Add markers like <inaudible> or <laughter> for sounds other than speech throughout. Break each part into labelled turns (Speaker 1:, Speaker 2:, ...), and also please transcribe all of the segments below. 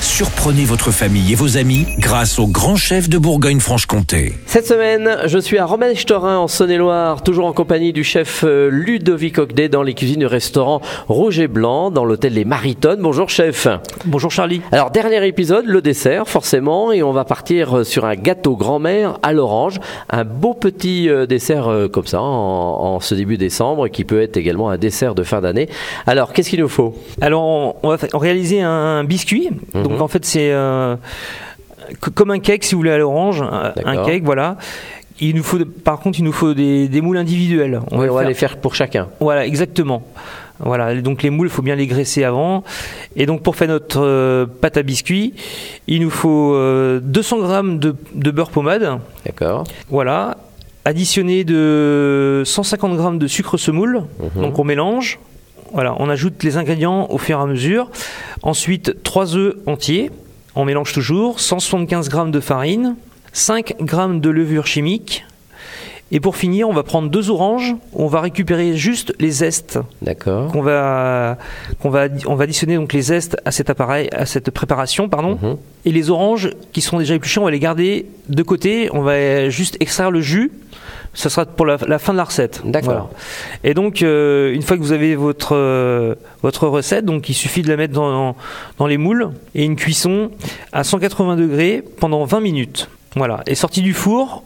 Speaker 1: Surprenez votre famille et vos amis grâce au grand chef de Bourgogne-Franche-Comté.
Speaker 2: Cette semaine, je suis à Romèche-Torin en Saône-et-Loire, toujours en compagnie du chef euh, Ludovic Ogdet dans les cuisines du restaurant Rouge et Blanc dans l'hôtel Les Maritones. Bonjour chef.
Speaker 3: Bonjour Charlie.
Speaker 2: Alors dernier épisode, le dessert forcément, et on va partir euh, sur un gâteau grand-mère à l'orange, un beau petit euh, dessert euh, comme ça en, en ce début décembre qui peut être également un dessert de fin d'année. Alors qu'est-ce qu'il nous faut
Speaker 3: Alors on, on va fa- on réaliser un biscuit.
Speaker 2: Mhm.
Speaker 3: Donc en fait c'est euh, c- comme un cake si vous voulez à l'orange, un-
Speaker 2: D'accord.
Speaker 3: un cake voilà. Il nous faut par contre il nous faut des, des moules individuels.
Speaker 2: On va,
Speaker 3: faire-
Speaker 2: les faire pour chacun.
Speaker 3: Voilà exactement. Voilà donc les moules il faut bien les graisser avant. Et donc pour faire notre euh, pâte à biscuits, il nous faut euh, 200 grammes de, de beurre pommade.
Speaker 2: D'accord.
Speaker 3: Voilà. Additionné de 150 grammes de sucre semoule. Donc on mélange. Voilà, on ajoute les ingrédients au fur et à mesure. Ensuite, 3 œufs entiers. On mélange toujours. 175 grammes de farine. 5 grammes de levure chimique. Et pour finir, on va prendre deux oranges. On va récupérer juste les zestes
Speaker 2: D'accord.
Speaker 3: qu'on va qu'on va on va additionner donc les zestes à cet appareil à cette préparation pardon
Speaker 2: Mhm.
Speaker 3: et les oranges qui sont déjà épluchées on va les garder de côté on va juste extraire le jus ce sera pour la, la fin de la recette
Speaker 2: D'accord.
Speaker 3: et donc euh, une fois que vous avez votre euh, votre recette donc il suffit de la mettre dans dans les moules et une cuisson à 180 degrés pendant 20 minutes voilà et sorti du four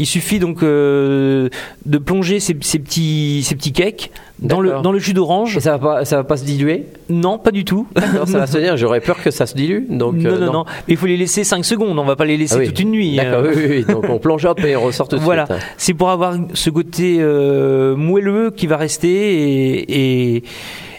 Speaker 3: il suffit donc euh, de plonger ces, ces petits ces petits cakes dans le
Speaker 2: D'accord.
Speaker 3: dans le jus d'orange
Speaker 2: Et ça va pas, ça va pas se
Speaker 3: <laughs>
Speaker 2: diluer
Speaker 3: non, pas du tout.
Speaker 2: Non, ça va se dire. J'aurais peur que ça se dilue. <laughs> Donc
Speaker 3: non,
Speaker 2: euh,
Speaker 3: non, non. Mais il faut les laisser 5 secondes, on va pas les laisser
Speaker 2: Ah oui.
Speaker 3: toute une nuit.
Speaker 2: D'accord,
Speaker 3: Euh,
Speaker 2: oui, oui, oui. Donc on plonge hop et on ressort tout de
Speaker 3: voilà,
Speaker 2: suite. hein.
Speaker 3: c'est pour avoir ce côté euh, moelleux qui va rester et, et,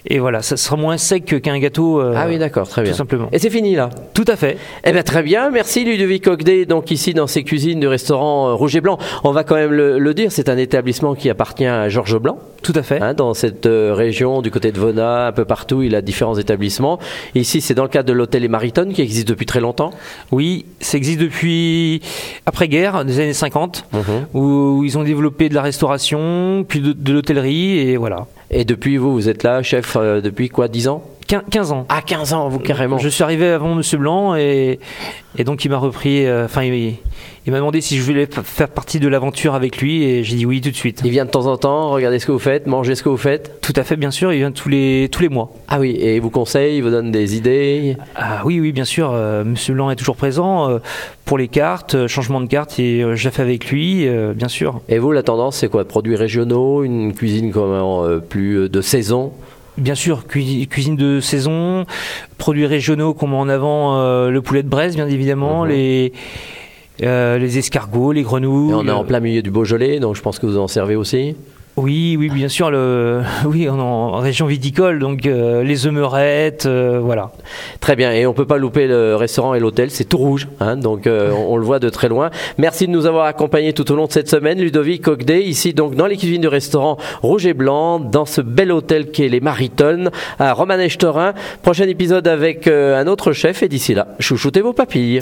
Speaker 3: et voilà, ça sera moins sec qu'un gâteau. euh,
Speaker 2: Ah oui, d'accord, très
Speaker 3: tout
Speaker 2: bien.
Speaker 3: simplement.
Speaker 2: Et c'est fini là
Speaker 3: Tout à fait.
Speaker 2: Eh bien très bien, merci Ludovic Ogdet, donc ici dans ses cuisines du restaurant euh, Rouge et Blanc. On va quand même le, le dire, c'est un établissement qui appartient à Georges Blanc,
Speaker 3: Tout à fait.
Speaker 2: hein, dans cette euh, région, du côté de Vona, un peu partout, il a différents établissements. Ici c'est dans le cadre de l'hôtel Les Maritones qui existe depuis très longtemps.
Speaker 3: Oui, ça existe depuis après-guerre, des années 50, où ils ont développé de la restauration, puis de, de l'hôtellerie, et voilà.
Speaker 2: Et depuis vous, vous êtes là, chef, euh, depuis quoi, 10 ans
Speaker 3: Quin- 15 ans.
Speaker 2: Ah 15 ans, vous carrément.
Speaker 3: Je suis arrivé avant Monsieur Blanc et, et donc il m'a repris. euh, Enfin, il, il m'a demandé si je voulais f- faire partie de l'aventure avec lui et j'ai dit oui tout de suite.
Speaker 2: Il vient de temps en temps, regardez ce que vous faites, mangez ce que vous faites.
Speaker 3: Tout à fait, bien sûr. Il vient tous les tous les mois.
Speaker 2: Ah oui, et il vous conseille, il vous donne des idées.
Speaker 3: Ah oui, oui, bien sûr. euh, Monsieur Blanc est toujours présent euh, pour les cartes, euh, changement de cartes et euh, je la fais avec lui, euh, bien sûr.
Speaker 2: Et vous, la tendance, c'est quoi Produits régionaux, une cuisine comment, euh, plus euh, de saison
Speaker 3: Bien sûr, cui- cuisine de saison, produits régionaux qu'on met en avant, euh, le poulet de Brest, bien évidemment,
Speaker 2: Mhm.
Speaker 3: les euh, les escargots, les grenouilles.
Speaker 2: Et on est en
Speaker 3: euh,
Speaker 2: plein milieu du Beaujolais, donc je pense que vous en servez aussi.
Speaker 3: Oui, oui, bien sûr. Le, <laughs> oui, on est en région viticole, donc euh, les œufs meurettes, euh, voilà.
Speaker 2: Très bien, et on peut pas louper le restaurant et l'hôtel, c'est tout rouge, hein, donc euh, on, on le voit de très loin. Merci de nous avoir accompagnés tout au long de cette semaine, Ludovic Ogdet, ici donc dans les cuisines du restaurant Rouge et Blanc, dans ce bel hôtel qu'est les Maritones, à Romanèche-Torin. Prochain épisode avec euh, un autre chef, et d'ici là, chouchoutez vos papilles.